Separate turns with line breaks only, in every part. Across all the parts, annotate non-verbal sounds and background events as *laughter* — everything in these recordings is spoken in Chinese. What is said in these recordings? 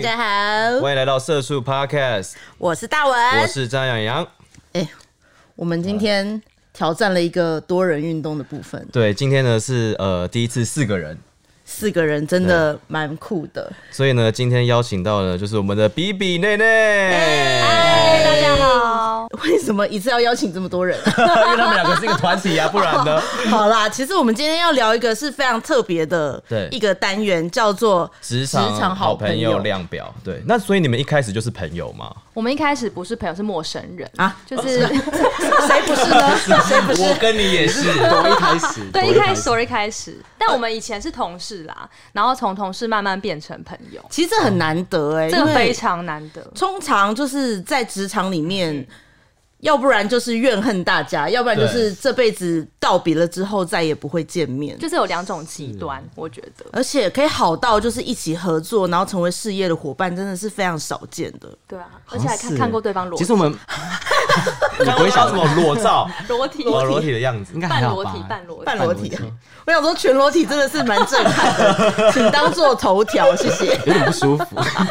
家好，
欢迎来到社畜 Podcast，
我是大文。
我是张养洋。
哎、我们今天挑战了一个多人运动的部分，
对，今天呢是呃第一次四个人，
四个人真的蛮酷的。
所以呢今天邀请到的就是我们的比比内内，
嗨，大家
啊
好。
为什么一次要邀请这么多人？
*laughs*
*laughs*
因为他们两个是一个团体啊，不然呢？
好啦，其实我们今天要聊一个是非常特别的
对
一个单元，叫做
职场
职场好
好
朋
朋
友
友量表，对，那所以你们一开始就是朋友嘛？
我们一开始不是朋友，是陌生人
啊
啊，
哦
就是 *laughs*
谁不是呢？谁不
我
是？
跟你也是，
从一开始，
对
从
一开始，从一开始，但我们以前是同事啦，然后从同事慢慢变成朋友，
其实这很难得哎、
嗯
这个
因为
非常难得。
通常就是在职场里
嗯
面，要不然就是怨恨大家，要不然就是这辈子道别了之后再也不会见面。
就是有两种极端，我觉得。
而且可以好到就是一起合作，然后成为事业的伙伴，真的是非常少见的。
对啊，而且还看看过对方裸
哦其实我们
你不会想什么裸照、
裸体、
哦裸体的样子
应，该还
半
好
裸
吧
体、，半裸体啊
半。裸体，我想说全裸体真的是蛮震撼的，请当做头条，谢谢。
*laughs* 有点不舒服。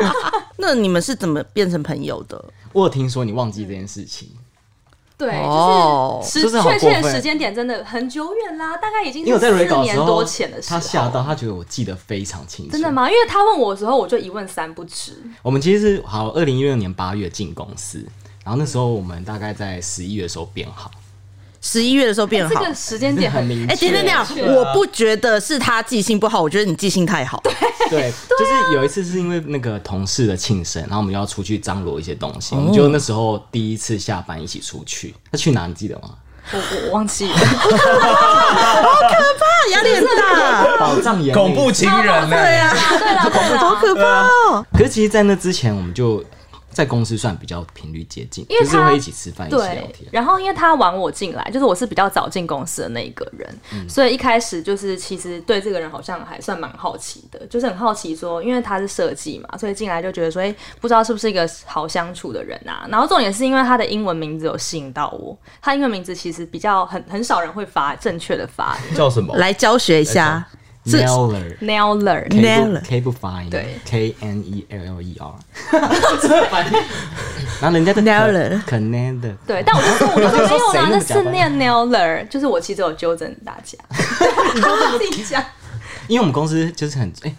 *laughs* 那你们是怎么变成朋友的？
我有听说你忘记这件事情，
对，
哦
哎就是
这是
时
好
确切
过
的
分
时间点真的很久远啦，大概已经
因为我在
四
re 稿的
年
时
多
候
前的，时
他
候。
吓到，他觉得我记得非常清楚。
真的？吗？因为他问我的时候，我就一问三不知。
我们其实是好，二零一六年八月进公司，然后那时候我们大概在十一月的时候变好，
十一月的时候变
哎这
好。
个时间点
很
很
明
哎，等
确。
等等
确啊
等，我不觉得是他记性不好，我觉得你记性太好。
啊
对，就是有一次是因为那个同事的庆生，然后我们要出去张罗一些东西，我
哦
们就那时候第一次下班一起出去。他去哪你记得吗？
我我忘记 *laughs* 了，
啊，压力很
*laughs*
大，
宝藏岩
恐怖情人呢？
对呀，
对 *laughs* 啦对
好
啦，
可怕哦。
可是其实，在那之前，我们就在公司算比较频率接近，
因为
就是
他
会一起吃饭，一起聊
对
天。。
然后因为他晚我进来，就是我是比较早进公司的那一个人，所以一开始就是其实对这个人好像还算蛮好奇的，就是很好奇说，因为他是设计嘛，所以进来就觉得说，哎、不知道是不是一个好相处的人啊。然后重点是因为他的英文名字有吸引到我，他英文名字其实比较很很少人会发正确的发音
叫什么？
来教学一下，是
Neller。
，Naylor。
K 不
Neller
K 不发音，
对
，K N E L L E
*laughs*
R，然后人家的
Neller
Canada，
对，但我就说我就说没有
谁
啦，
那
那
么
是
假扮
念 Naylor，就是我其实有纠正大家，我 *laughs* 自己讲
因为我们公司就是很哎，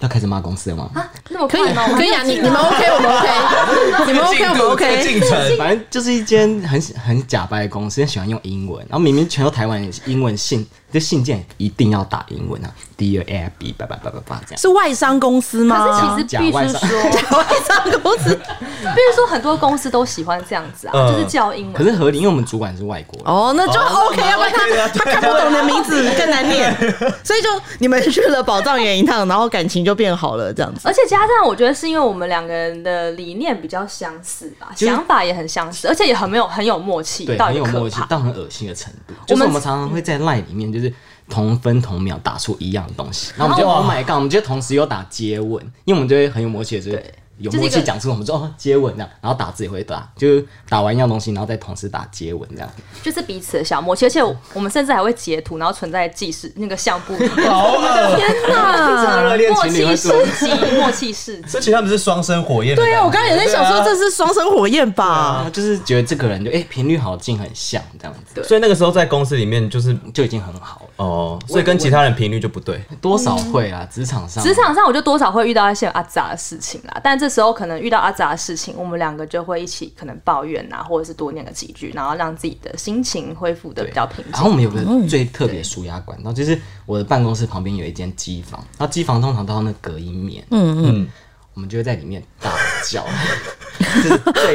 要开始骂公司了吗？
啊，那么
可
快
以
吗？我们
可以啊，你你们 OK，我们 OK，你们
*laughs*
OK，我们 OK。
进程。
反正就是一间很很假掰的公司，很喜欢用英文，然后明明全都台湾人英文信，就信件一定要打英文啊，Dear Abby，叭叭叭叭叭这样。
是外商公司吗？
可是其实
假
必
外
须
商
说，
*laughs*
*laughs*
外商公司
必须说很多公司都喜欢这样子啊，
嗯
就是叫英
可
文。
是合理，因为我们主管是外国人，
哦，那就 OK，要不然
对
他
啊
他 *laughs* 看不懂你的名字更难念，所以就你们去了宝藏园一趟，然后感情就变好了，这样子。
而且加上，我觉得是因为我们两个人的理念比较相似吧，
就是
想法也很相似，而且也很没有很有默契，
对，
到
很
一个
有
可
默契
怕，。
到很恶心的程度。就是我们常常会在 line 里面，就是同分同秒打出一样的东西，然后我们就 Oh my god，我们就同时有打接吻，因为我们就会很有默契，就是
对
有
就是
默
一个
契讲出我们说哦接吻这样，然后打字也会打，就是打完一样东西，然后再同时打接吻这样。
就是彼此的小默契，而且我们甚至还会截图，然后存在记事那个相簿里
*laughs*
面。
好恶，
啊
热恋
默
情侣
契
会
市
做
集，默契市集。
所以其实他们是双生火焰的感觉。
对啊，我刚刚也在想说这是双生火焰吧
啊，？就是觉得这个人就哎频、率好近，很像这样子，
所以那个时候在公司里面就是
就已经很好了。
哦，所以跟其他人频率就不对。
多少会啊，职场上
职场上我就多少会遇到一些阿杂的事情啦，但这时候可能遇到阿杂的事情，我们两个就会一起可能抱怨啊，或者是多念个几句，然后让自己的心情恢复的比较平
然
静。
后我们有个最特别的舒压管道，就是我的办公室旁边有一间机房，那机房通常都要那隔音棉，嗯嗯，我们就会在里面大叫，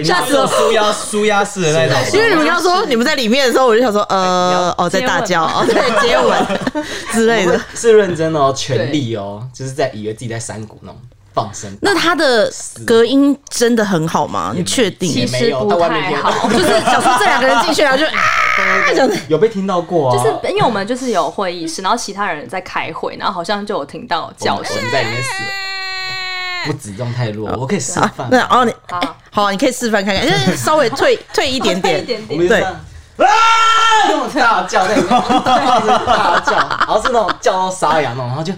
吓死我！
舒压舒压式的那
因
种。
为你们刚刚说你们在里面的时候，我就想说，呃，哦，在大叫，哦，对， *laughs* 接吻之类的。
是认真的哦，全力哦，就是在以为自己在山谷那种放声。
那他的隔音真的很好吗？你确
其
定？
也没
实
有
不
到外面
太
也
好，
就是想说这两个人进去，然后 *laughs* 就啊，这样子。
有被听到过啊？ *laughs*
就是因为我们就是有会议室，然后其他人在开会，然后好像就有听到
我
叫
们
声
我哦们在里面死了，不止这种太弱，我可以示
啊
范，。
那哦，你
好
哎好，你可以示范看看，就是稍微 *laughs* 退哦退一点
*laughs* 一
点。
点
我
点。
们就这样。啊！那种大叫在里面，大叫，然后是那种叫到沙哑那种，然后就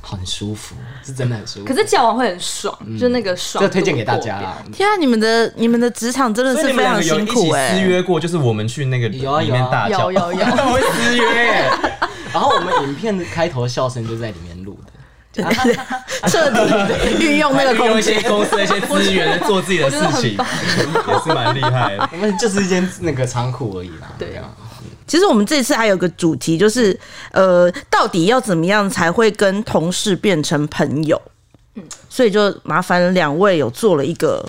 很舒服。是真的很舒服。
可是叫完会很爽，就那个爽。
嗯这推荐给大家。啦。
天啊，你们的你们的职场真的
所以
是
你们
非
两
常
个有一
辛
起
苦哎、
私约过，就是我们去那个里
有啊有啊
面大叫，
有有
*laughs*
有
我会私约。
然后我们影片的开头笑声就在里面录的。
*laughs* 彻底运用那个
*laughs* 运
空
用一
间。
些公司的一些资源来做自己的事情，也是蛮厉害的。
我们就是一间那个仓库而已啦。对啊，
其实我们这次还有个主题，就是呃，到底要怎么样才会跟同事变成朋友？
嗯
所以就麻烦两位有做了一个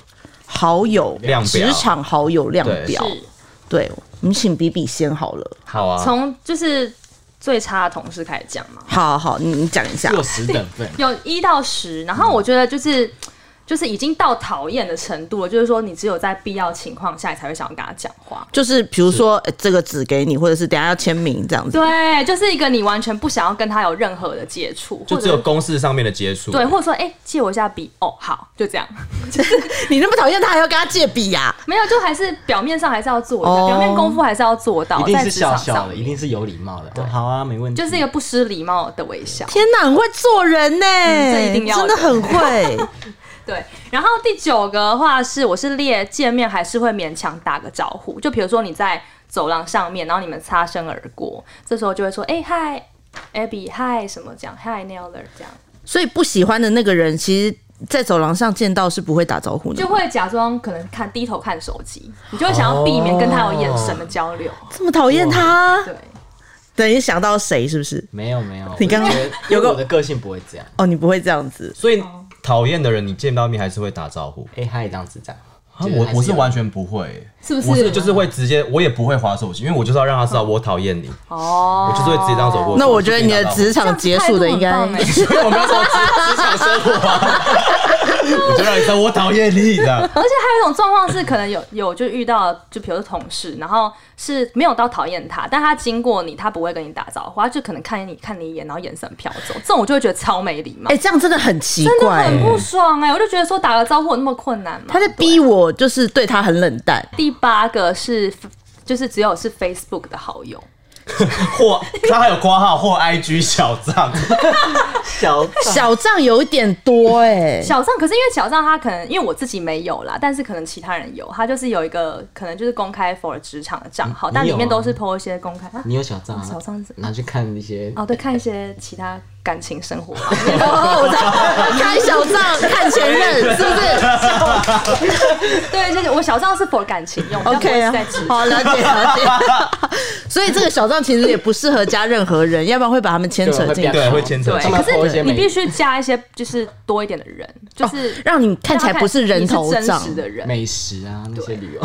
好友
量表
职场好友量表。
是
对，我们请比比先好了。
好啊，
从就是最差的同事开始讲嘛，
好好，你你讲一下
只。有十等份。
有一到十，然后我觉得就是。就是已经到讨厌的程度了，就是说你只有在必要情况下你才会想要跟他讲话。
就是比如说、呃这个纸给你，或者是等一下要签名这样子。
对，就是一个你完全不想要跟他有任何的接触，
就
或
只有
者
公事上面的接触。
对，或者说哎、借我一下笔哦，好，就这样。 *laughs*
你那么讨厌他，还要跟他借笔呀、
没有，就还是表面上还是要做的，
哦
表面功夫还是要做到，
一定
在
是
职场
笑
上
笑
面
的，一定是有礼貌的。
哦
对，好啊，没问题。
就是一个不失礼貌的微笑。
天哪，很会做人呢、
嗯这一定要
真
的
的很会。
*laughs* 对，然后第九个的话是，我是列见面还是会勉强打个招呼，就比如说你在走廊上面，然后你们擦身而过，这时候就会说，哎、嗨。Abby，嗨，什么这样嗨 Naylor 这样，
所以不喜欢的那个人，其实，在走廊上见到是不会打招呼的
就。会假装可能看低头看手机，你就会想要避免跟他有眼神的交流。
哦
这么讨厌他，
对，
等于想到谁是不是？
没有没有，
你刚刚
我觉得因为我的个性不会这样。
哦，你不会这样子。
所
哦
以讨厌的人，你见到面还是会打招呼。
哎嗨，这样子这样。
啊
就是
我
还
我是
有
完全不会，
是不是
我是就是会直接，我也不会划手机，因为我就是要让他知道我讨厌你，
哦，
我就是会直接这样走过去。
那我觉得你的
我就直接
职场结束的应该，
*laughs*
是。
打招呼，因为我们要说职职场生活啊， *laughs* 我就让你知道我讨厌你的。
而且还有一种状况是，可能有 *coughs* 有就遇到，就比如说同事，然后是没有到讨厌他，但他经过你，他不会跟你打招呼，他就可能看你看你一眼，然后眼神飘走，这种我就会觉得超没礼貌，
哎、这样真的很奇
欸真的
怪、
很不爽哎、我就觉得说打个招呼有那么困难吗？
他在逼我，就是对他很冷淡。
第八个是就是只有是 Facebook 的好友，
*laughs* 或他还有挂号或 IG 小账，
小
小账有一点多哎、
小账，可是因为小账他可能因为我自己没有啦，但是可能其他人有，他就是有一个可能就是公开 for 职场的账号，
你
但里面
有啊
都是 po 一些公开啊
你有小账啊？
小账子
拿去看一些
哦，对，看一些其他感情生活。
哦，我知道，开小账看前任是不是
对，就是我小账是 for 感情用比较不会
？OK
是
啊
在职，场。
好了解了 *laughs* 解。所以这个小账其实也不适合加任何人，要不然会把他们牵扯进去，
对，会牵扯
对，
进
他
来。
可
们 po 一
是
些
你
美
必须加一些就是多一点的人，就是让
哦让你看起来
他
不是人头
你是真
账
实。的人，
美食啊，那些
*laughs*
旅游。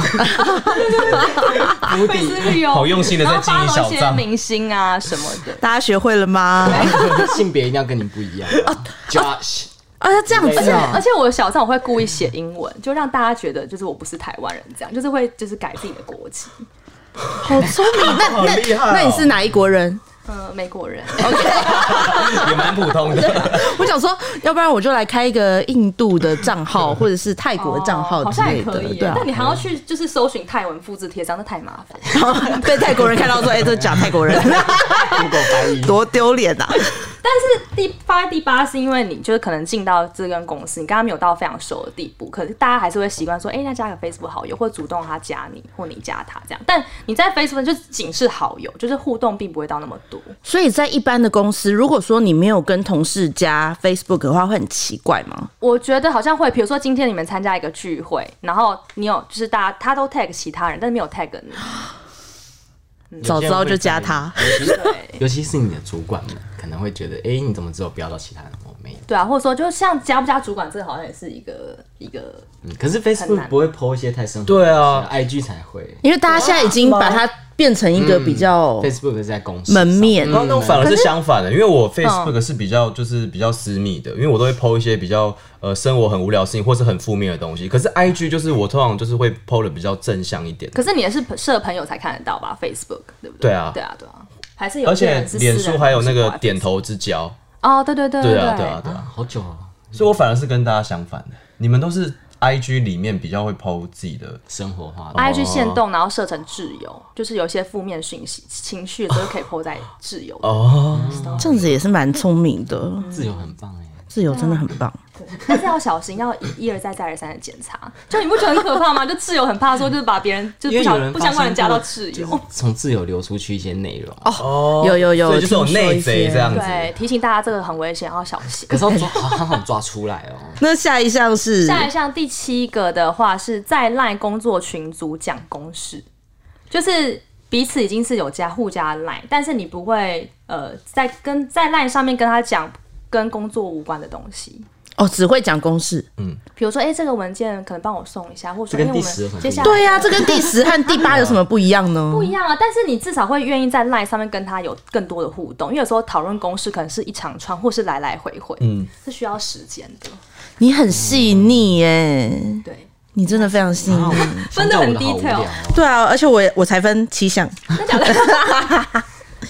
费斯旅游，
好用心地在经营
然后 follow 一
小
些
账
明星啊什么的。
大家学会了吗？
性别一定要跟你不一样
*laughs*
啊。Josh，
啊，这样
而
子
且
啊
而且我的小账我会故意写英文，就让大家觉得就是我不是台湾人，这样就是会就是改自己的国籍，
好聪明。那
好厉
那
害哦
那你是哪一国人？
呃，美国人，
也蛮普通的。
*laughs* 我想说，要不然我就来开一个印度的账号，或者是泰国账号
哦好
之
像
类
也
的
可以，耶，
对啊
但。你还要去就是搜寻泰文复制贴上，那太麻烦。
然后 *laughs* 被泰国人看到说：“哎，这假泰国人，
Google 翻译。
多丢脸啊呐！”
但是第八第八是因为你就是可能进到这间公司，你跟他没有到非常熟的地步，可是大家还是会习惯说，哎、那加个 Facebook 好友，或者主动他加你，或你加他这样。但你在 Facebook 就仅是好友，就是互动并不会到那么多。
所以在一般的公司，如果说你没有跟同事加 Facebook 的话，会很奇怪吗？
我觉得好像会，比如说今天你们参加一个聚会，然后你有就是大家他都 tag 其他人，但是没有 tag 你，
早知道就加他。
尤其是你的主管们可能会觉得，哎，你怎么只有标到其他人，我没有？
对啊，或者说就像加不加主管，这好像也是一个一个
嗯，可是
很
Facebook
难
不会 po 一些太深，
对啊
，IG 才会。
因为大家现在已经把它变成一个比
嗯
较
Facebook 是在公司
哦门
嗯
面，
那我反而是相反的，因为我 Facebook 是比较就是比较私密的，因为我都会 PO 一些比较呃生活很无聊的事情或是很负面的东西。可是 IG 就是我通常就是会 PO 的比较正向一点，
可是你也是设朋友才看得到吧？Facebook 对不对？
对啊
对啊，对啊，还是有
而
些
且
人是私
脸
人的
书还有那
是
个
挂在
点头之交。
哦，对对对
对
对
啊，对啊，对啊，
好久了，
所以我反而是跟大家相反的，你们都是 IG 里面比较会 PO 自己的。
生活化的。
IG 限动，然后设成挚友，就是有一些负面讯息、情绪都可以 PO 在挚友。
哦，
这样子也是蛮聪明的。
自由很棒哎，
自由真的很棒。
但是要小心，要一一而再再而三的检查。就你不觉得很可怕吗？就挚友很怕说，就是把别人就
因
不
为有
相
人
不相关人加到挚
就是
友。
从自由流出去一些内容。哦，
哦
有有有
所以就是有
听说
内
一
贼
些
这样子。
对，提醒大家这个很危险，要小心
可。是要抓，好好抓出来哦。
那下一项是
下一项第七个的话是在赖工作群组讲公事，就是彼此已经是有加互加赖，但是你不会呃在跟在赖上面跟他讲跟工作无关的东西。
哦，只会讲公式。
比如说，哎、这个文件可能帮我送一下，或者说，
这
因
跟
为我
第十有什
们
么
接下来
对呀、啊这跟第十和第八有什么不一样呢？
不一样啊，但是你至少会愿意在 LINE 上面跟他有更多的互动，因为有时候讨论公式可能是一长串，或是来来回回，
嗯
是需要时间的。
你很细腻耶，
对，
你真的非常细腻。
哦
分 *laughs* 得很
想到我的好无
detail
聊哦
对啊，而且我也我才分七项，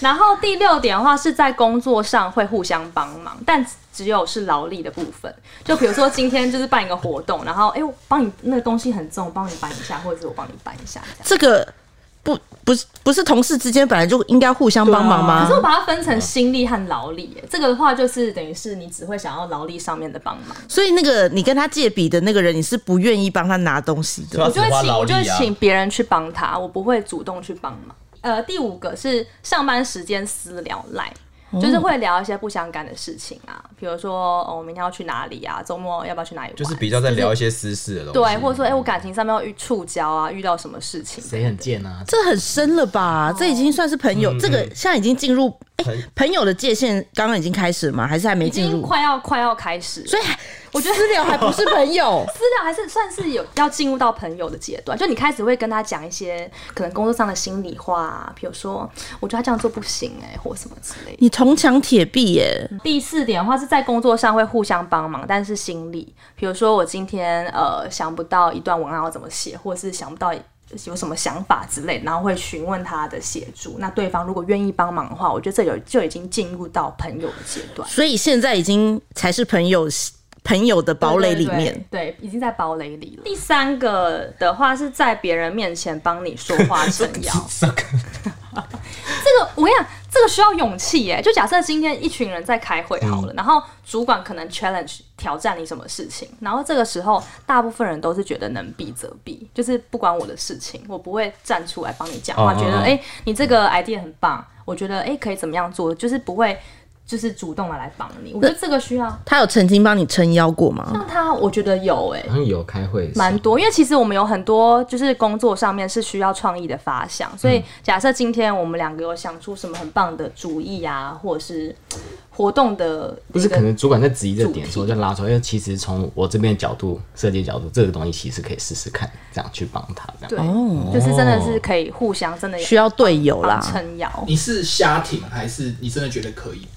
然后第六点的话是在工作上会互相帮忙，但只有是劳力的部分。就比如说今天就是办一个活动，然后哎、我帮你那个东西很重，我帮你搬一下，或者是我帮你搬一下这样。
这个不不是不是同事之间本来就应该互相帮忙
可
吗
是？
啊
我把它分成心力和劳力耶，这个的话就是等于是你只会想要劳力上面的帮忙。
所以那个你跟他借笔的那个人，你是不愿意帮他拿东西的。
我就会
花
请，
劳
我
力
就会
啊
请别人去帮他，我不会主动去帮忙。呃，第五个是上班时间私聊赖，
哦
就是会聊一些不相干的事情啊，比如说、哦、我明天要去哪里啊，周末要不要去哪里玩，啊
就是比较在聊一些私事的东西。
对，或者说哎、我感情上面要遇触礁啊，遇到什么事情，
谁很贱啊？
这很深了吧？这已经算是朋友，这个现在已经进入哎、
朋
朋友的界限，刚刚已经开始吗？还是还没
已
进
经
入？
快要快要开始了，
所以我觉得私聊还不是朋友
私聊还是算是有要进入到朋友的阶段，就你开始会跟他讲一些可能工作上的心里话、啊，比如说我觉得他这样做不行哎、或什么之类的。
*laughs* 你铜墙铁壁耶、
第四点的话是在工作上会互相帮忙，但是心力，比如说我今天呃想不到一段文案要怎么写，或是想不到有什么想法之类，然后会询问他的协助。那对方如果愿意帮忙的话，我觉得这有就已经进入到朋友的阶段，
所以现在已经才是朋友朋友的堡垒里面。
对对对，已经在堡垒里了。第三个的话是在别人面前帮你说话撑
*laughs*
腰，
这个
这个我跟你讲，这个需要勇气耶。就假设今天一群人在开会好
嗯
了，然后主管可能 challenge 挑战你什么事情，然后这个时候大部分人都是觉得能避则避，就是不关我的事情，我不会站出来帮你讲话，
哦
嗯嗯嗯
觉得哎、诶你这个 idea 很棒，我觉得哎、诶可以怎么样做，就是不会就是主动的来帮你。我觉得这个需要。
他有曾经帮你撑腰过吗？
像他，我觉得有哎、
好像有开会的时候，
蛮多，因为其实我们有很多就是工作上面是需要创意的发想，所
嗯
以假设今天我们两个有想出什么很棒的主意啊，或者是活动的
不是可能主管在质疑这个点的时候
主
就拉出来，因为哎其实从我这边的角度、设计角度，这个东西其实可以试试看，这样去帮他这样。
对，
哦
就是真的是可以互相真的
需要队友
帮
啦。
撑腰。
你是瞎挺还是你真的觉得可
*laughs*
以？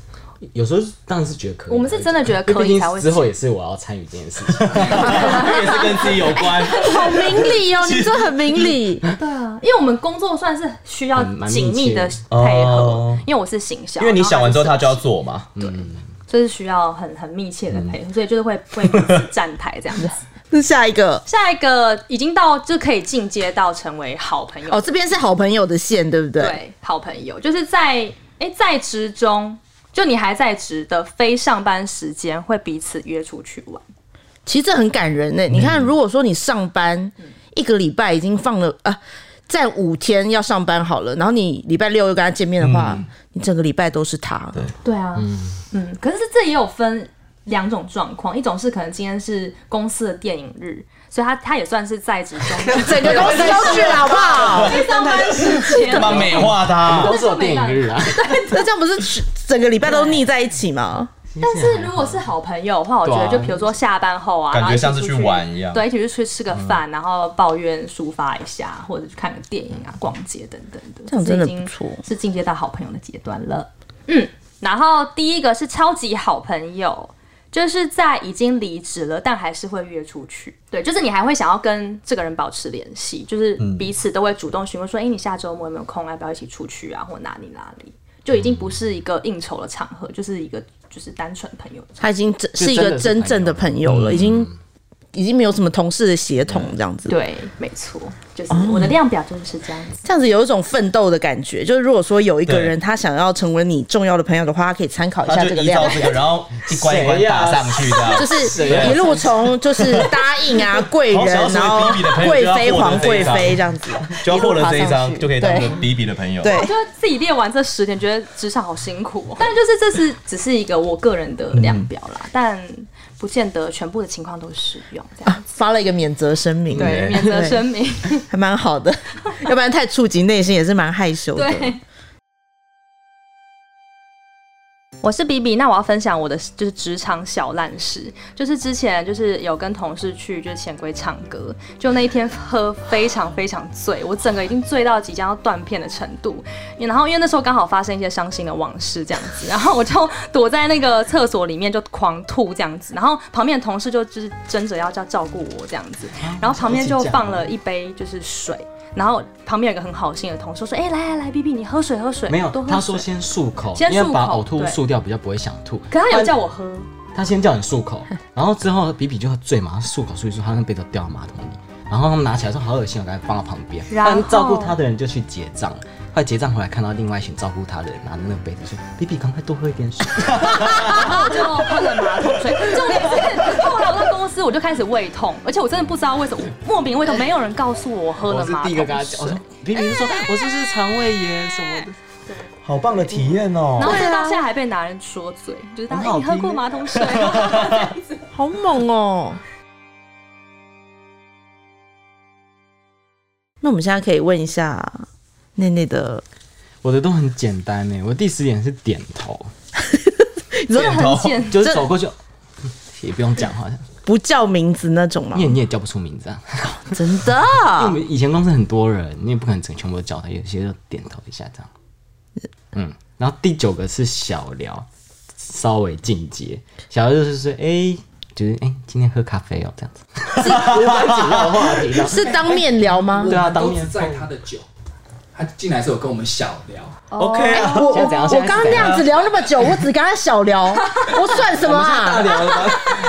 有时候当然是觉得可以，
我们是真的觉得
因为
可
毕
以
竟
才会
之后也是我要参与这件事
*laughs*
情，
也是跟自己有关。
好明理哦，你这很明理。
对啊，因为我们工作算是需要
蛮
紧密的
密切
配合
哦，
因为我是行销，
因为你想完之后，他
然
就要嗯做
*laughs*
嘛。
啊
他是就是需要很很密切的配合，所以就是会为彼此站台这样
*laughs*
子。
那下一个
下一个已经到就可以进阶到成为好朋友
哦，这边是好朋友的线，对不对？
对，好朋友就是在哎在职中，就你还在职的非上班时间会彼此约出去玩。
其实这很感人欸
嗯
呢。你看，如果说你上班一个礼拜已经放了啊。在五天要上班好了，然后你礼拜六又跟他见面的话，你整个礼拜都是他。
嗯对啊，嗯可是这也有分两种状况，一种是可能今天是公司的电影日，所以他他也算是在职 *laughs* 中
整个公司都去了，好不好？
非上班时
*laughs*
间
干。嘛美化他？
都是有电影日啊。
*laughs* 那这样不是整个礼拜都腻在一起吗？
但是如果是好朋友的话，我觉得就
对啊
比如说下班后啊，
感觉
然后一起
像是
出
去玩一样
对，一起去吃个饭，
嗯
然后抱怨抒发一下，或者去看个电影啊、逛街等等的，嗯
这样真的
是已经
不错
是进阶到好朋友的阶段了。嗯，然后第一个是超级好朋友。就是在已经离职了，但还是会约出去。对，就是你还会想要跟这个人保持联系，就是彼此都会主动询问说：“
嗯
哎、你下周末有没有空？要不要一起出去啊？或哪里哪里？”就已经不是一个应酬的场合，就是一个就是单纯朋友的场合嗯
他已经真是一个真正的朋友了，已经已经没有什么同事的协同这样子。
对，没错，就是我的量表就是这样子。
这样子有一种奋斗的感觉，就是如果说有一个
对
人他想要成为你重要的朋友的话，他可以参考一
他
下
就
这个
依
量
照
表
这个，然后一关一关
谁呀
打上去的，
*laughs* 就
*laughs*
是
啊
一路从就是答应
*laughs*
啊贵人
好想要，
然后
成为 BB 的朋友
贵
就要
妃、
获得
皇
这
贵
一张
妃这样
*laughs*
子，
就要获得
路
这一
爬上
张
去
就可以当个
对
B B 的朋友。
对
我觉得自己列完这十点，觉得职场好辛苦、哦。但就是这是只是一个我个人的量表啦，但不见得全部的情况都适用。这样
发了一个免责声明，
对，免责声明。
还蛮好
*laughs*
的，要不然太触及内心也是蛮害羞的。
对。 *laughs* 我是比比，那我要分享我的就是职场小烂事，就是之前就是有跟同事去就是潜规唱歌，就那一天喝非常非常醉，我整个已经醉到即将要断片的程度。然后因为那时候刚好发生一些伤心的往事这样子，然后我就躲在那个厕所里面就狂吐这样子，然后旁边的同事就就是争着要叫照顾我这样子，然后旁边就放了一杯就是水。然后旁边有一个很好心的同事说：“哎、来来来，B B，你喝水喝水，
没有
多，喝
他
水
说先漱口，
先漱口
因为把呕吐
对
物漱掉比较不会想吐。
可他有叫我 *laughs* 喝，
他先叫你
*laughs*
漱口，然后之后比比就醉嘛，他漱口漱一漱，他那杯都掉到马桶里，然后他们拿起来说好恶心，我赶快放到旁边。
然后
但照顾他的人就去结账，后来结账回来看到另外一群照顾他的人拿着那个杯子说：“比比，赶快多喝一点水。 *laughs*
然啊后我就喷了马桶水。重点是后来我在公司我就开始胃痛，而且我真的不知道为什么，莫名胃痛，没有人告诉我我”喝
我
了
是
马
第一个跟他
桶
讲，我
水
说。比比就
*laughs*
说：“我是不是肠胃炎什么的
好棒的体验
然
哦！
后到现在还被男人说嘴，就是他
很好
说你喝
听
过
欸
马桶水吗？这样子
好猛哦、那我们现在可以问一下内内的，？”
我的都很简单呢，我第十点是点头，
你说
真的很贱，
就是走过去，嗯也不用
*laughs*
讲话，
不叫名字那种吗
你？也你也叫不出名字啊。
*laughs* 真
*laughs*
的，
因为我们以前公司很多人，你也不可能整全部都叫他，有些就点头一下这样。嗯，然后第九个是小聊，稍微进阶。小聊就是说，哎、就是哎、今天喝咖啡哦，这样子。
*laughs* 是当面聊吗？
对啊
我们
当
都
面
只在他的酒，他进来的时候有跟我们小聊，
OK 啊 *laughs*
我
现在怎样
我
现在是
刚刚那样子聊那么久，我只跟他小聊，我算什么啊？
聊了吗？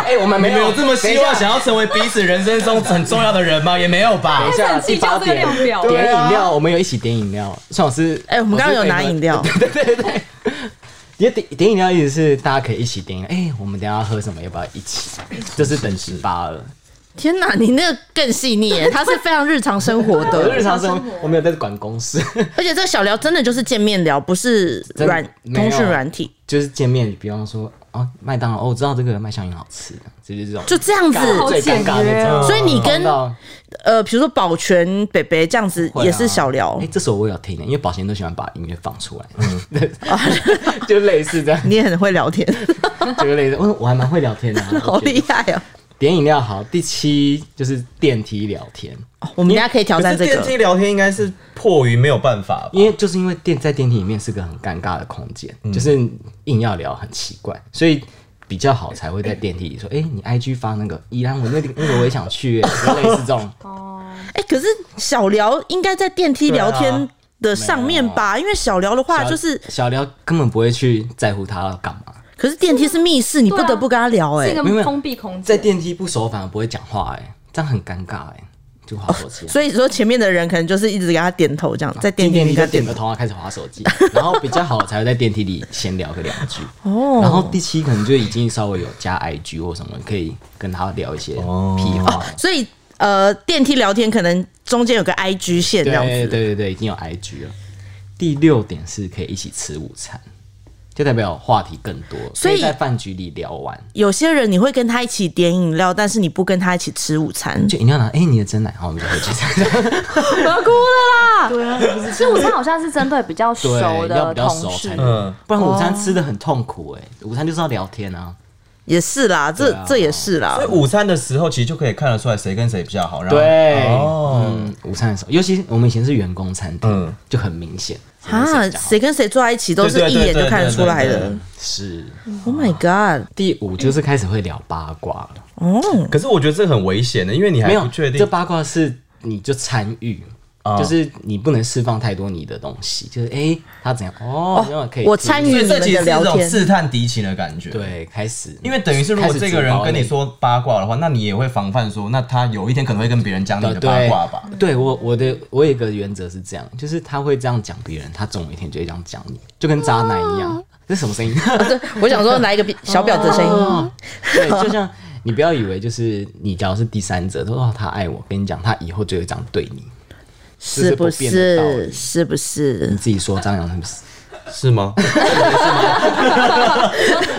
哎、我们
你
没
们
有
有这么希望想要成为彼此人生中很重要的人吗？也没有吧
等一。下，
很计
第
较
八
这个
点
量表
点饮料，我们有一起点饮料。算我是
啊哎、我们刚刚有拿饮。
*laughs*
料，
也点点饮料意思是大家可以一起点饮料。哎、我们等一下要喝什么？要不要一起？这是等十八了。
天哪，你那个更细腻
*laughs*
耶，他是非常日常生活啊
我的 *laughs*
的，
日常生活我没有在管公司。 *laughs*
而且这个小聊真的就是见面聊，不是
真
软
没有
通讯软体，
就是见面，比方说哦，麦当劳哦，我知道这个麦香鱼好吃，这就是这种
就这样子。
好
最
简
尴尬的
约
那
哦
种。
所以你跟
碰到
呃，比如说保全北北这样子
会啊
也是小聊
哎、，这首我有听，因为保险都喜欢把音乐放出来， *laughs* 嗯， *laughs* 就类似这样，
*laughs* 你也很会聊天，
就类似，我我还蛮会聊天的、啊，
好
我觉得
厉害哦！
点饮料好，第七就是电梯聊天，
哦我们大家可以挑
可
战
是
这
电
个，
梯聊天应该是迫于没有办法吧，
因为就是因为电在电梯里面是个很尴尬的空间，就是硬要聊很奇怪，所以。比较好才会在电梯里说，哎、你 IG 发那个宜兰，我那个那个我也想去、欸， *laughs* 就类似这
*laughs*
种，
哎，可是小聊应该在电梯聊
对
天
啊
的上面吧？因为小聊的话
小
啊就是，
小廖根本不会去在乎他要干嘛，
可是电梯是密室，你
对
不
啊
得不跟他聊，
是一
哎，
没有没
个
有
封闭空间，
在电梯不熟反而不会讲话、哎，这样很尴尬、哎，就划手机、啊。
所以说前面的人可能就是一直给他点头，这样在电
进
梯
电
里跟
梯就
他
点
点
个
头。
头啊，开始划手机，然后比较好才会在电梯里闲聊个两
*laughs*
句。
哦
然后第七可能就已经稍微有加 IG 或什么，可以跟他聊一些屁话。
所以呃，电梯聊天可能中间有个 IG 线这样
对对
子，
对对，已经有 IG 了。第六点是可以一起吃午餐，就代表话题更多，
所以
可在饭局里聊完。
有些人你会跟他一起点饮料，但是你不跟他一起吃午餐，
就饮料拿，哎、你的真奶，好，我们就喝
*laughs*
这样。
我要哭了啦！对啊，吃午餐好像是针对比较
对，
熟
要
的
比较
同
熟
事
才，
嗯
能，不然午餐吃的很痛苦哎、午餐就是要聊天啊，
也是啦，这
对啊
这也是啦
所以。午餐的时候其实就可以看得出来谁跟谁比较好。然后
对，
哦，
嗯，午餐的时候，尤其我们以前是员工餐厅，
嗯
就很明显
啊，谁跟谁坐在一起都是
对对
一
对
眼就
对
看得
对
出来
对
的
对。
是
Oh my god！
第五就是开始会聊八卦了，
哦，
可是我觉得这个很危险的，因为你还
没有
不确定
这。八卦是你就参与，
啊
就是你不能释放太多你的东西，就是哎、他怎样哦，那、可以
我参与
所以这其实是一
你们的聊
种
天
试探敌情的感觉。。
对开始，
因为等于是，如果这个人跟你说八卦的话，那你也会防范说，那他有一天可能会跟别人讲你
开始
的
自暴
八
了
卦吧？
对对我我的我有一个原则是这样，就是他会这样讲别人，他总有一天就会这样讲你，就跟渣男一
啊
样。这是什么声音？ *laughs*
我想说来一个比小婊子的声音，
对，就像你不要以为就是你，假如是第三者，他说哦他爱我，跟你讲，他以后就会这样对你。
是
这是不
不
变的道
是？
理
是不是
你？自己说张扬是 *laughs* 不是？
是吗？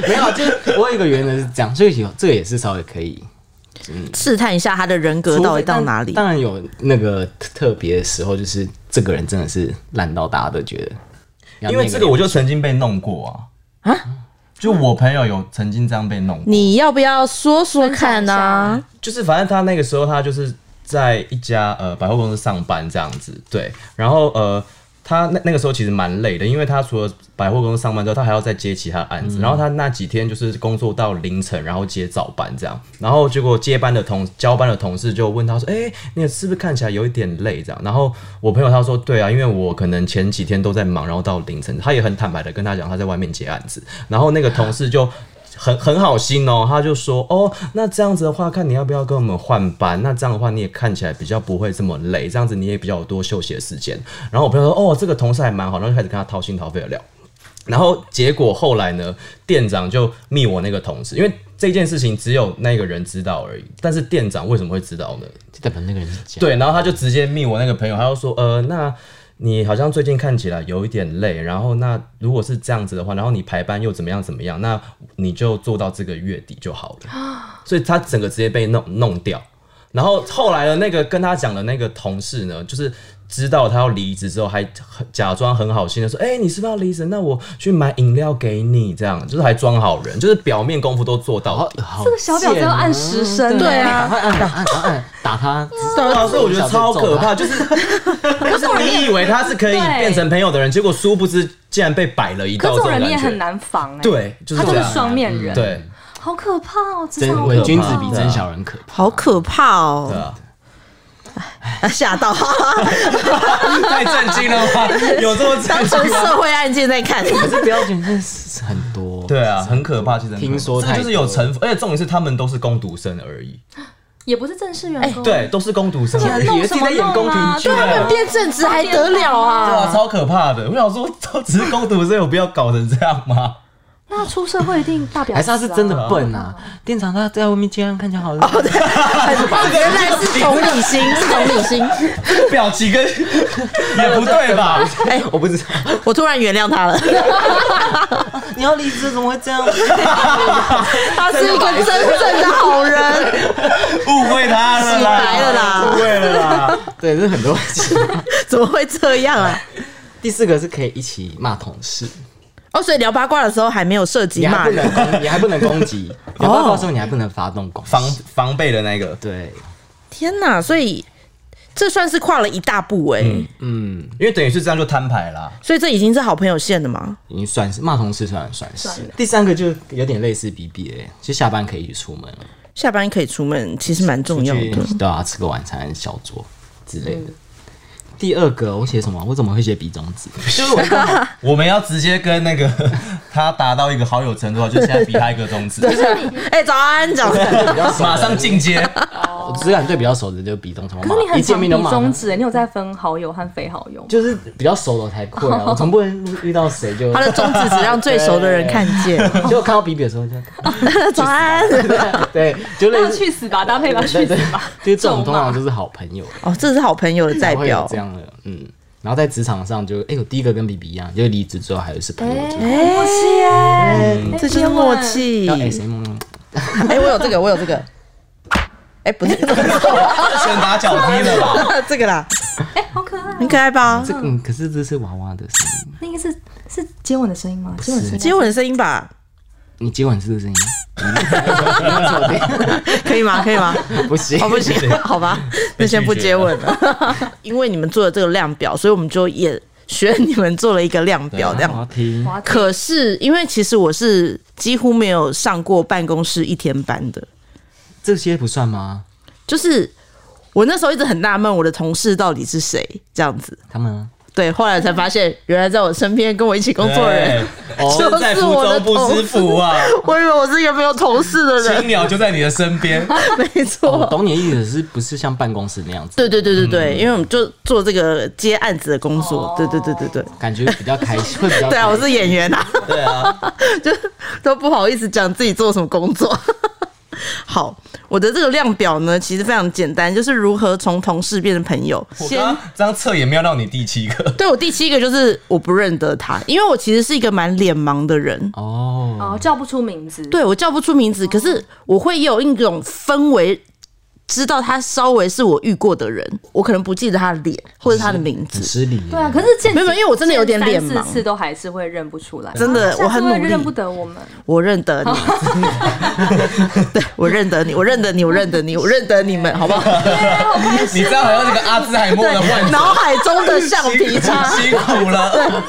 没有，就是我有一个原则是这样，所以有这个也是稍微可以
试探一下他的人格到底到哪里？
当然有那个特别的时候，就是这个人真的是烂到大家都觉得。
因为这个我就曾经被弄过啊就我朋友有曾经这样被弄过，
你要不要说说看呢、啊？
就是反正他那个时候他就是在一家呃百货公司上班这样子，对，然后呃。他那那个时候其实蛮累的，因为他除了百货公司上班之后，他还要再接其他案子。然后他那几天就是工作到凌晨，然后接早班这样。然后结果接班的同交班的同事就问他说：“哎、你是不是看起来有一点累？”这样。然后我朋友他说：“对啊，因为我可能前几天都在忙，然后到凌晨。”他也很坦白的跟他讲他在外面接案子。然后那个同事就很很好心哦，他就说哦，那这样子的话，看你要不要跟我们换班？那这样的话，你也看起来比较不会这么累，这样子你也比较有多休息的时间。然后我朋友说哦，这个同事还蛮好，然后就开始跟他掏心掏肺的聊。然后结果后来呢，店长就密我那个同事，因为这件事情只有那个人知道而已。但是店长为什么会知道呢？
就代表那个人是假的。
对，然后他就直接密我那个朋友，他就说，呃，那你好像最近看起来有一点累，然后那如果是这样子的话，然后你排班又怎么样怎么样，那你就做到这个月底就好了。所以他整个直接被弄弄掉。然后后来的那个跟他讲的那个同事呢，就是知道他要离职之后，还假装很好心的说：“哎、你是不是要离职？那我去买饮料给你。”这样就是还装好人，就是表面功夫都做到
好，
底。
好
这个小婊子要按时生，
对啊
赶快按，赶快按，赶快按，啊打他！
对啊，所以我觉得超可怕，就是
*laughs*
就是你以为他是可以
对
变成朋友的人，结果殊不知竟然被摆了一
可
道
这
种
种人你也
感觉
很。难防哎，
对，就是
他就
这
是
样。
双面人，，
对
好可怕哦，职
真
场好可
伪
怕
君子比真小人可怕。
好可怕哦
对！啊，
啊 *laughs* 吓到，
太震惊了
*laughs*
吧？有这么
当
震
成
惊吗？
社会案件在看。
可是标准真的是很多。
对啊，很可怕，其实很可怕
听说
这个就是
太多
有城府，而且重点是他们都是攻读生而已，
也不是正式
哎
员工，
对，，都是攻读生而已，
哦弄
以为自己在演宫廷剧
什么弄啊
对
他们变正直还得了
哇，
啊？
超可怕的！我想说，都只是攻读生，有必要搞成这样吗？
那出社会一定大表，
还是他是真的笨啊！店长他在外面接案，看起来好累。
原来是同理心，
*laughs*
是同理心。
表情
*laughs*
跟也不对吧？
哎，
我不知道，
我突然原谅他了，
*laughs* 你要离职怎么会这样？
他是一个真正的好人，
误会他了
洗
啦，
白了啦
误会了啦。
对，这很多事。
*laughs* 怎么会这样啊？
第四个是可以一起骂同事，
哦，所以聊八卦的时候还没有涉及
你还
骂
不
人
能攻，你还不能攻击。有报告的时候，你还不能发动攻击
防防备的那个，
对，
天哪！所以这算是跨了一大步哎、
嗯，
因为等于是这样就摊牌啦。
所以这已经是好朋友线了吗？
已经算是骂同事，算算是。第三个就有点类似 B B 的，就下班可以一起出门了，
下班可以出门，其实蛮重要的。
去对啊，吃个晚餐、小酌之类的。第二个我写什么？我怎么会写比中
*laughs*
指？就是我一个好
我们要直接跟那个他达到一个好友程度啊，就现在比他一个
*laughs*
中指，
哎、早安，早 *laughs* 安。
比较熟
马
的，
上进阶。
我只感对比较熟的就是比中指，
可是你
一
很
见
常比
面就骂
中
他。
指，你有在分好友和非好友吗？
就是比较熟的才
*laughs*
会啊，我总不能遇到谁就
他的中指只让最熟的人看见。
就看到比比的时候就 *laughs*
*laughs* 早安。
对，就类
那
似
去死吧，搭配吧，去
对
死
对
吧，，
就是 *laughs* 这种通常就是好朋友
哦，这是好朋友的代
才会有
表
这。样的，嗯。然后在职场上就，哎，我第一个跟 B B 一样，就是离职之后还是朋友，就
哎、这就是默契。
要
哎、
哎谁梦梦，
*laughs* 我有这个，我有这个。哎、不是
拳打脚踢了吧？
*laughs* 这个啦，
哎，好可爱
很。可爱吧？
这个嗯，可是这是娃娃的声音，
那个是是接吻的声音吗？接吻的声音，
接吻的声音吧，
你接吻是这个声音吗，你错
可以吗？可以吗？
定不
*laughs*
行
哦，，不行，好吧，那先不接吻 *laughs* 了。因为你们做了这个量表，所以我们就也学你们做了一个量啊表，这
我要
样。
听，
哇
可是因为其实我是几乎没有上过办公室一天班的，
这些不算吗？
就是我那时候一直很纳闷，我的同事到底是谁这样子。
他们啊
对，后来才发现，原来在我身边跟我一起工作的人，
对哦
就是
身在福州不知福啊，
*laughs* 我以为我是一个没有同事的
青
人，
鸟就在你的身边。
*laughs* 没
我
错。
哦
懂你的意思，是不是像办公室那样子？
对对对对
嗯
对，因为我们就做这个接案子的工作，对对对对对。
感觉比较开心，会比较
对啊，
开
我
心
是演员啊，
哦对啊，
*laughs* 都不好意思讲自己做什么工作。 *laughs* 好，我的这个量表呢，其实非常简单，就是如何从同事变成朋友。*laughs*
我
先
刚刚这张测也瞄到你第七个， *laughs*
对我第七个就是我不认得他，因为我其实是一个蛮脸盲的人。
哦，
哦，叫不出名字，，
对我叫不出名字，可是我会有一种氛围，知道他稍微是我遇过的人，我可能不记得他的脸或者他的名
很
字。
失礼。
对啊，可是见
没有没有因为我真的有点
见
脸
三
盲
四次都还是会认不出来，
真的
啊下
我很
次会
努力
认不得我们，
我认得你， *laughs* 对我认得你，我认得你，我认得你，我认得你们，好 *laughs* 不好？
你这样好像那个阿兹海默
*laughs*
的患者，
脑海中的橡皮擦，
辛苦了。
*laughs*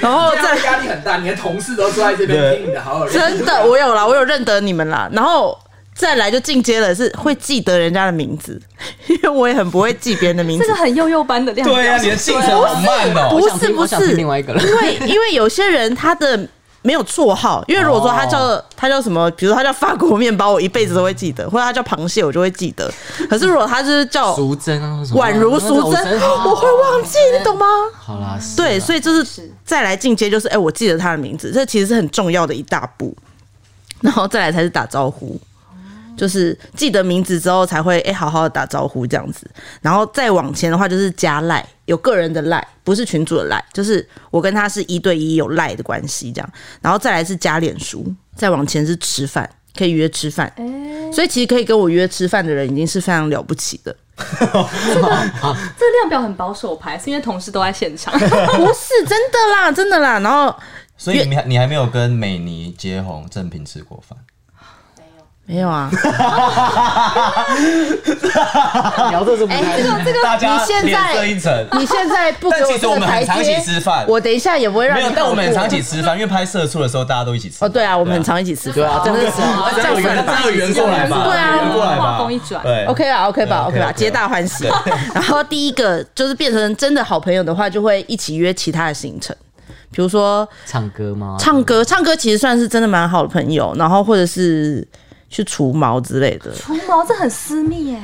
然
哦
后
这
再
样压力很大，你的同事都坐在这边听你的好好聊，
真的，我有啦，我有认得你们啦。然后再来就进阶了，是会记得人家的名字， *laughs* 因为我也很不会记别人的名
这
字
个。很幼幼班的量表，
对啊，你的进程好慢哦。
不
我想
是
听
不
我想听
是，
另外一个了
因为因为有些人他的没有绰号，因为如果说他叫、他叫什么，比如他叫法国面包，我一辈子都会记得，或者他叫螃蟹，我就会记得。可是如果他就是叫
淑珍啊，或什么
哦宛如淑
那
珍，
种好
我会忘记，你懂吗？
好啦，是
对，
啦
所以就是再来进阶，就是哎、我记得他的名字，这其实是很重要的一大步。 *laughs* 然后再来才是打招呼，就是记得名字之后才会哎、好好的打招呼这样子。然后再往前的话就是加赖，有个人的赖，不是群主的赖，就是我跟他是一对一有赖的关系这样。然后再来是加脸书，再往前是吃饭，可以约吃饭。所以其实可以跟我约吃饭的人已经是非常了不起的。
这个量表很保守牌，是因为同事都在现场，
哦不是真的啦，真的啦。然后
所以你还你还没有跟美妮、接红、正品吃过饭，
没有啊。
聊这是
哎
不太
哎大家
你现
脸
在
色一沉。
你现在不给我
但其实
这
我
个
们
台
很常一
阶
起，吃饭，
我等一下也不会让
没
你
有，
跑
但我们很
步
常一起吃饭，因为拍社畜的时候大家都一起吃。
哦，对啊，我们很常一起吃
对
饭，
啊
真的是这
这样有
样算
缘，
吧
这样有缘过来吧，
对啊
有缘过来吧，
话锋一转
对
，OK 啦，OK 吧
对啊
，OK 吧，
OK，OK
皆大欢喜。然后第一个就是变成真的好朋友的话，就会一起约其他的行程，比如说
唱歌吗？
唱歌，唱歌其实算是真的蛮好的朋友，然后或者是去除毛之类的。
除毛这很私密耶，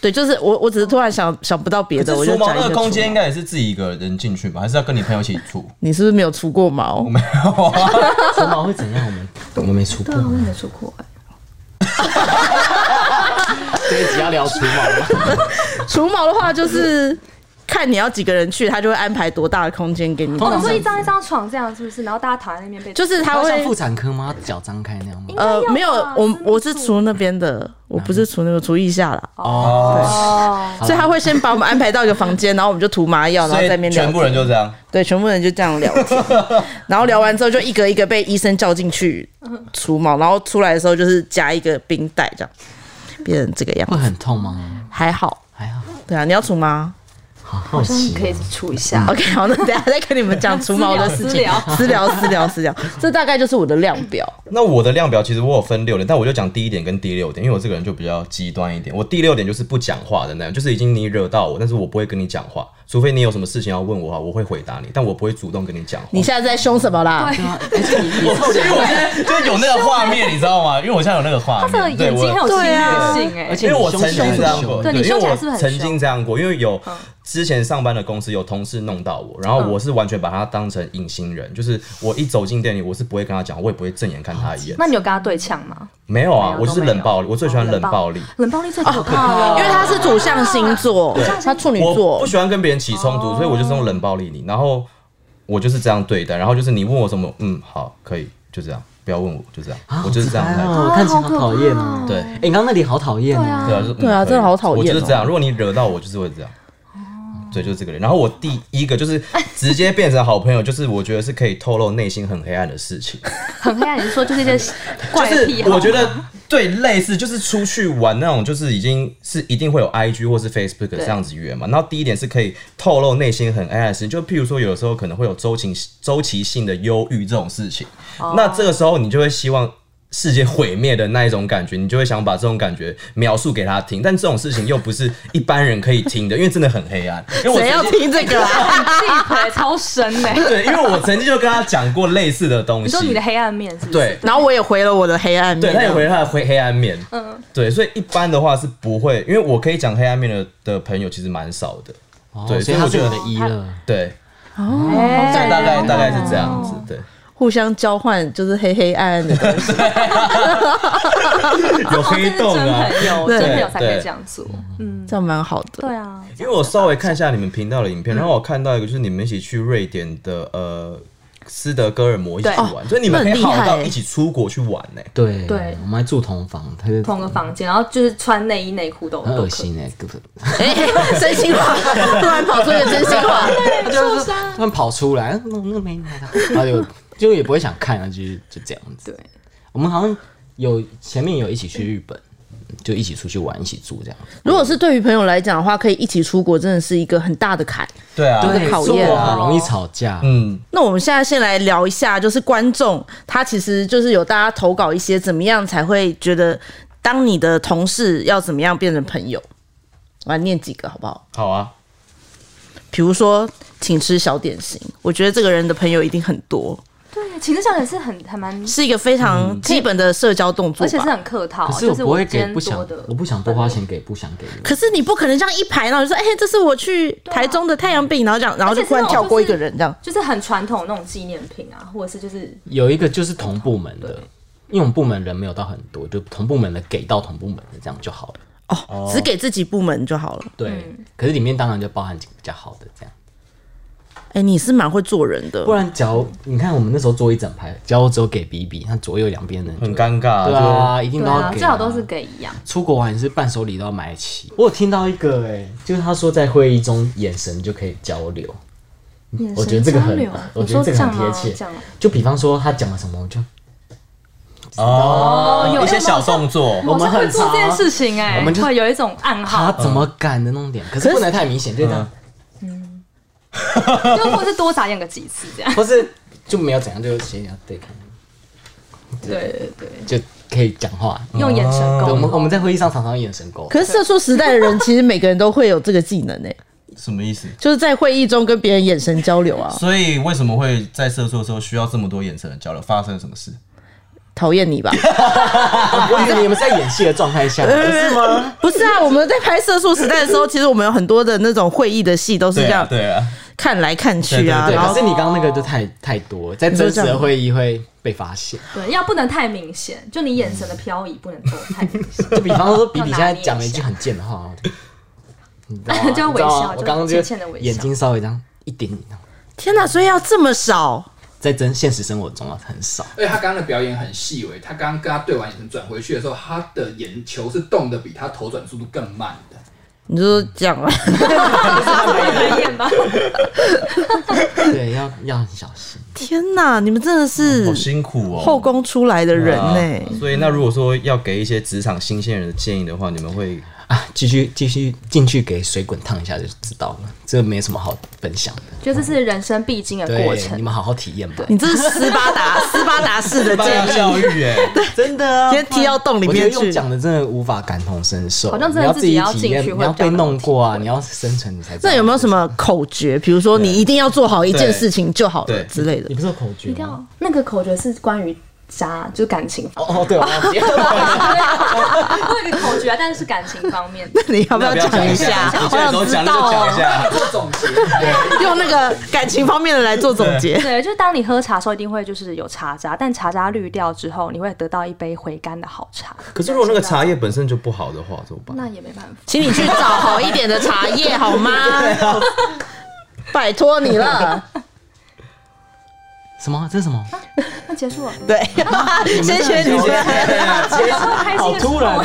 对，就是我我只是突然想想不到别的，
可
我
是
就
除毛
讲一
那
个啊
个
除
空间应
毛
该也是自己一个人进去吧，还是要跟你朋友一起住？
你是不是没有除过毛？
除毛会怎样？我们我们没出过
对啊，，我也没出过耶，
这一集要聊除毛吗？
除毛的话就是看你要几个人去，他就会安排多大的空间给你。
通
哦，
常
你说一张一张床这样是不是？然后大家躺在那边被
就是他
它
会
像妇产科吗？脚张开那样吗？
呃
应该要
没有
吧，
我
私密
我是
处
除那边的，我不是除那个除腋下啦，
哦，
哦，
所以他会先把我们安排到一个房间，然后我们就涂麻药，然后
所
在那
以
边聊
全
天
部人就这样。
对，全部人就这样聊
*laughs*
天，然后聊完之后就一个一个被医生叫进去除毛，然后出来的时候就是夹一个冰袋这样，变成这个样
会
子，
很痛吗？
还好。
还好，
对啊，你要除吗
好好奇
可以
哦。
出一下。
？OK，好，那等一下再跟你们讲除毛的事情
私聊，
私聊，私聊，私聊，这大概就是我的量表。
那我的量表其实我有分六点，但我就讲第一点跟第六点，因为我这个人就比较极端一点。我第六点就是不讲话的那样，就是已经你惹到我，但是我不会跟你讲话，除非你有什么事情要问我啊，我会回答你，但我不会主动跟你讲话。
你现在在凶什么啦？
对啊，而且你你臭
因为我现在就有那个画面，你知道吗？因为我现在有那个画
他这个
面，对
眼
我
睛很有侵略性哎，
而且
因为我
你
曾
凶
经这样
凶
过，
对
你
因为
凶起来
我
是不是很嗯
曾
凶
经这样过，因为有之前上班的公司有同事弄到我，然后
嗯
我是完全把他当成隐形人，就是我一走进店里，我是不会跟他讲，我也不会正眼看他一眼，
哦那你有跟他对呛吗？
没有啊
没，有
我就是
都没有
冷
哦
暴力，我最喜欢冷暴力。
冷暴力最可怕
因
了，
哦
为他是土象星座，他处女
我
座
不，喜欢跟别人起冲突，所以我
哦
就是用冷暴力你，然后我就是这样对待，然后就是你问我什么，嗯，好，可以，就这样，不要问我，就这样，我就是这样态度。
哦，看起来好讨厌哦。
对
哎，你刚刚那里好讨厌哦。
对啊，就
对啊
嗯可以
真的好讨厌哦哦
我就是这样，如果你惹到我，就是会这样。对，就是这个人。然后我第一个就是直接变成好朋友，就是我觉得是可以透露内心很黑暗的事情。
很黑暗。你说就是一些怪
就
癖
是
好吗， *laughs*
我觉得对，类似就是出去玩那种，就是已经是一定会有 IG 或是 Facebook 这样子约嘛。然后第一点是可以透露内心很暗的事情，就譬如说有时
哦
候可能会有周期周期性的忧郁这种事情，那这个时候你就会希望。世界毁灭的那一种感觉，你就会想把这种感觉描述给他听。但这种事情又不是一般人可以听的，因为真的很黑暗。因为我
谁要
曾经
听这个啊？
*laughs*
地陪超深呢、
对，因为我曾经就跟他讲过类似的东
你
西
说。你的黑暗面是不是？
对
然后我也回了我的黑暗
对，
面，
他也回他的灰黑暗面。嗯，对，所以一般的话是不会，因为我可以讲黑暗面的的朋友其实蛮少的。
哦
对所
所
以
以
我
他
觉
是
得
我的一了，
对，
哎，
所以大概大概是这样子。对，
互相交换就是黑黑暗暗的
*laughs*
东西。
有黑洞啊
哦。这
对
是真朋友，
嗯
真朋友才可以
对
这样做。嗯
这样蛮好的。
对啊，
因为我稍微看一下你们频道的影片，然后我看到一个就是你们一起去瑞典的呃斯德哥尔摩一起去玩，所以你们可以好到一起出国去玩呢、
对
对
我们还住同房，他就
同个房间，然后就是穿内衣内裤都
很
都可
恶
以。
心哎，根本
哎、真心
*laughs*
话，突然跑出一个真心话，
就是他们跑出来，那那个没拿到，然后就就也不会想看啊，就是就这样子。
对，
我们好像有前面有一起去日本，就一起出去玩，一起住这样。
如果是对于朋友来讲的话，可以一起出国，真的是一个很大的坎。
对啊，
对考验
出国
啊
很容易吵架。
嗯，
那我们现在先来聊一下，就是观众他其实就是有大家投稿一些怎么样才会觉得，当你的同事要怎么样变成朋友，我来念几个好不好？
好啊，
比如说，请吃小点心，我觉得这个人的朋友一定很多，
对，寝室小姐是很还蛮，
是一个非常基本的社交动作
而且
吧。
是很客套，
可是
就
我
是
不会
今
给
天
不想
多的，
我不想多花钱给不想给你。
可是你不可能这样一排，然后就说：“哎、这是我去台中的太阳饼。”然后这样，然后就忽然跳过一个人这样。
就是很传统那种纪念品啊，或者是就是
有一个就是同部门的，因为我们部门人没有到很多，就同部门的给到同部门的这样就好了。
哦，只给自己部门就好了。
对，可是里面当然就包含几个比较好的这样，
哎、你是蛮会做人的
不。然假如你看我们那时候坐一整排，假如我只有给比比，那左右两边的人就
很尴尬、
对
就
啊，一定
对
都要
啊，
给、
最好都是给一样。
出国玩也是伴手礼都要买齐。我有听到一个哎、就是他说在会议中眼神就可以交流，我觉得这个很
眼神交流
我
你
觉
说
得
这
这个
样
很贴
吗？
切
这样吗
就比方说他讲了什么，我就
哦
有
一些小动作，
我们
好像
很
会做
常
这件事情哎、
我们就
会有一种暗号，
他 *laughs* 怎么敢的那种点，可是不能太明显，就是这
嗯
样，
就或是多眨眼个几次这样。
不是就没有怎样，就斜眼对看
对对对，
就可以讲话。
用眼神沟通。
对，我们我们在会议上常常眼神沟通，
可是社畜时代的人，其实每个人都会有这个技能哎诶、
什么意思？
就是在会议中跟别人眼神交流啊。
所以为什么会在射出的时候需要这么多眼神的交流？发生了什么事？
讨厌你吧？
我以为啊你们在演戏的状
*laughs*
态下，不是吗？
不是啊，我们在拍社畜时代的时候，其实我们有很多的那种会议的戏都是这
对啊，
样
对啊，
看来看
对
去
对
啊，
对，
然
可
后
是你刚刚那个就太太多，在真实的会议会被
*laughs*
发现。
对，要不能太明显，就你眼神的漂移不能够太明
*laughs*
显。 *laughs*
就比方说，比比现在讲了一句很贱的话，我就你知道吗
*laughs* 就要微笑
你知道吗我
就
刚刚就
浅浅地微笑
眼睛稍微这样一点点，
天哪，所以要这么少？
在真现实生活中啊很
*laughs*
少。
而且他刚刚的表演很细微，他刚刚跟他对完眼神转回去的时候，他的眼球是动的比他头转速度更慢的。
你就讲了，
白眼 *laughs* 吧，
对，要要很小心。
天哪，你们真的
好
是
辛苦哦。
后宫出来的人呢、
所以那如果说要给一些职场新鲜人的建议的话，你们会
啊，继续继续进去给水滚烫一下就知道了，这没什么好分享的。
就这是人生必经的过
对，你
程。
们好好体验吧。
你这是斯巴达斯巴达式的建议，
教
*laughs*
育哎、
真的啊
直接踢到洞里
我觉
面
得用
去。
讲的真的无法感同身受，
好像真
你
的
要
自
自
己
己
要
体
进
验，
去
你
会
要
比较
被
能
弄过啊，你要生存你才知道。
那有没有什么口诀？比如说，你一定要做好一件
对
事情就好了
对
之类的
你。不是有口诀
一定
吗？
要那个口诀是关于渣，就是感情方
哦，对，我忘记了 *laughs*
面。 *laughs* 我有一个口诀啊，但是是感情方面的。
你要不要讲一下？
你
我
现在
想
都
知
讲了
道
就讲一
哦，
下。
做总结，
*laughs*
对，
用那个感情方面的来做总结。
对，就是当你喝茶的时候，一定会就是有茶渣，但茶渣滤掉之后，你会得到一杯回甘的好茶。
可是如果那个茶叶本身就不好的话，怎么办？
那也没办法。
请你去找好一点的茶叶好 *laughs* 吗？啊拜托你了。
什么？这是什么？
那结束了，
*laughs* *laughs* 对，先学你
这
说。
样
哦开心
好
的时候
突然啊！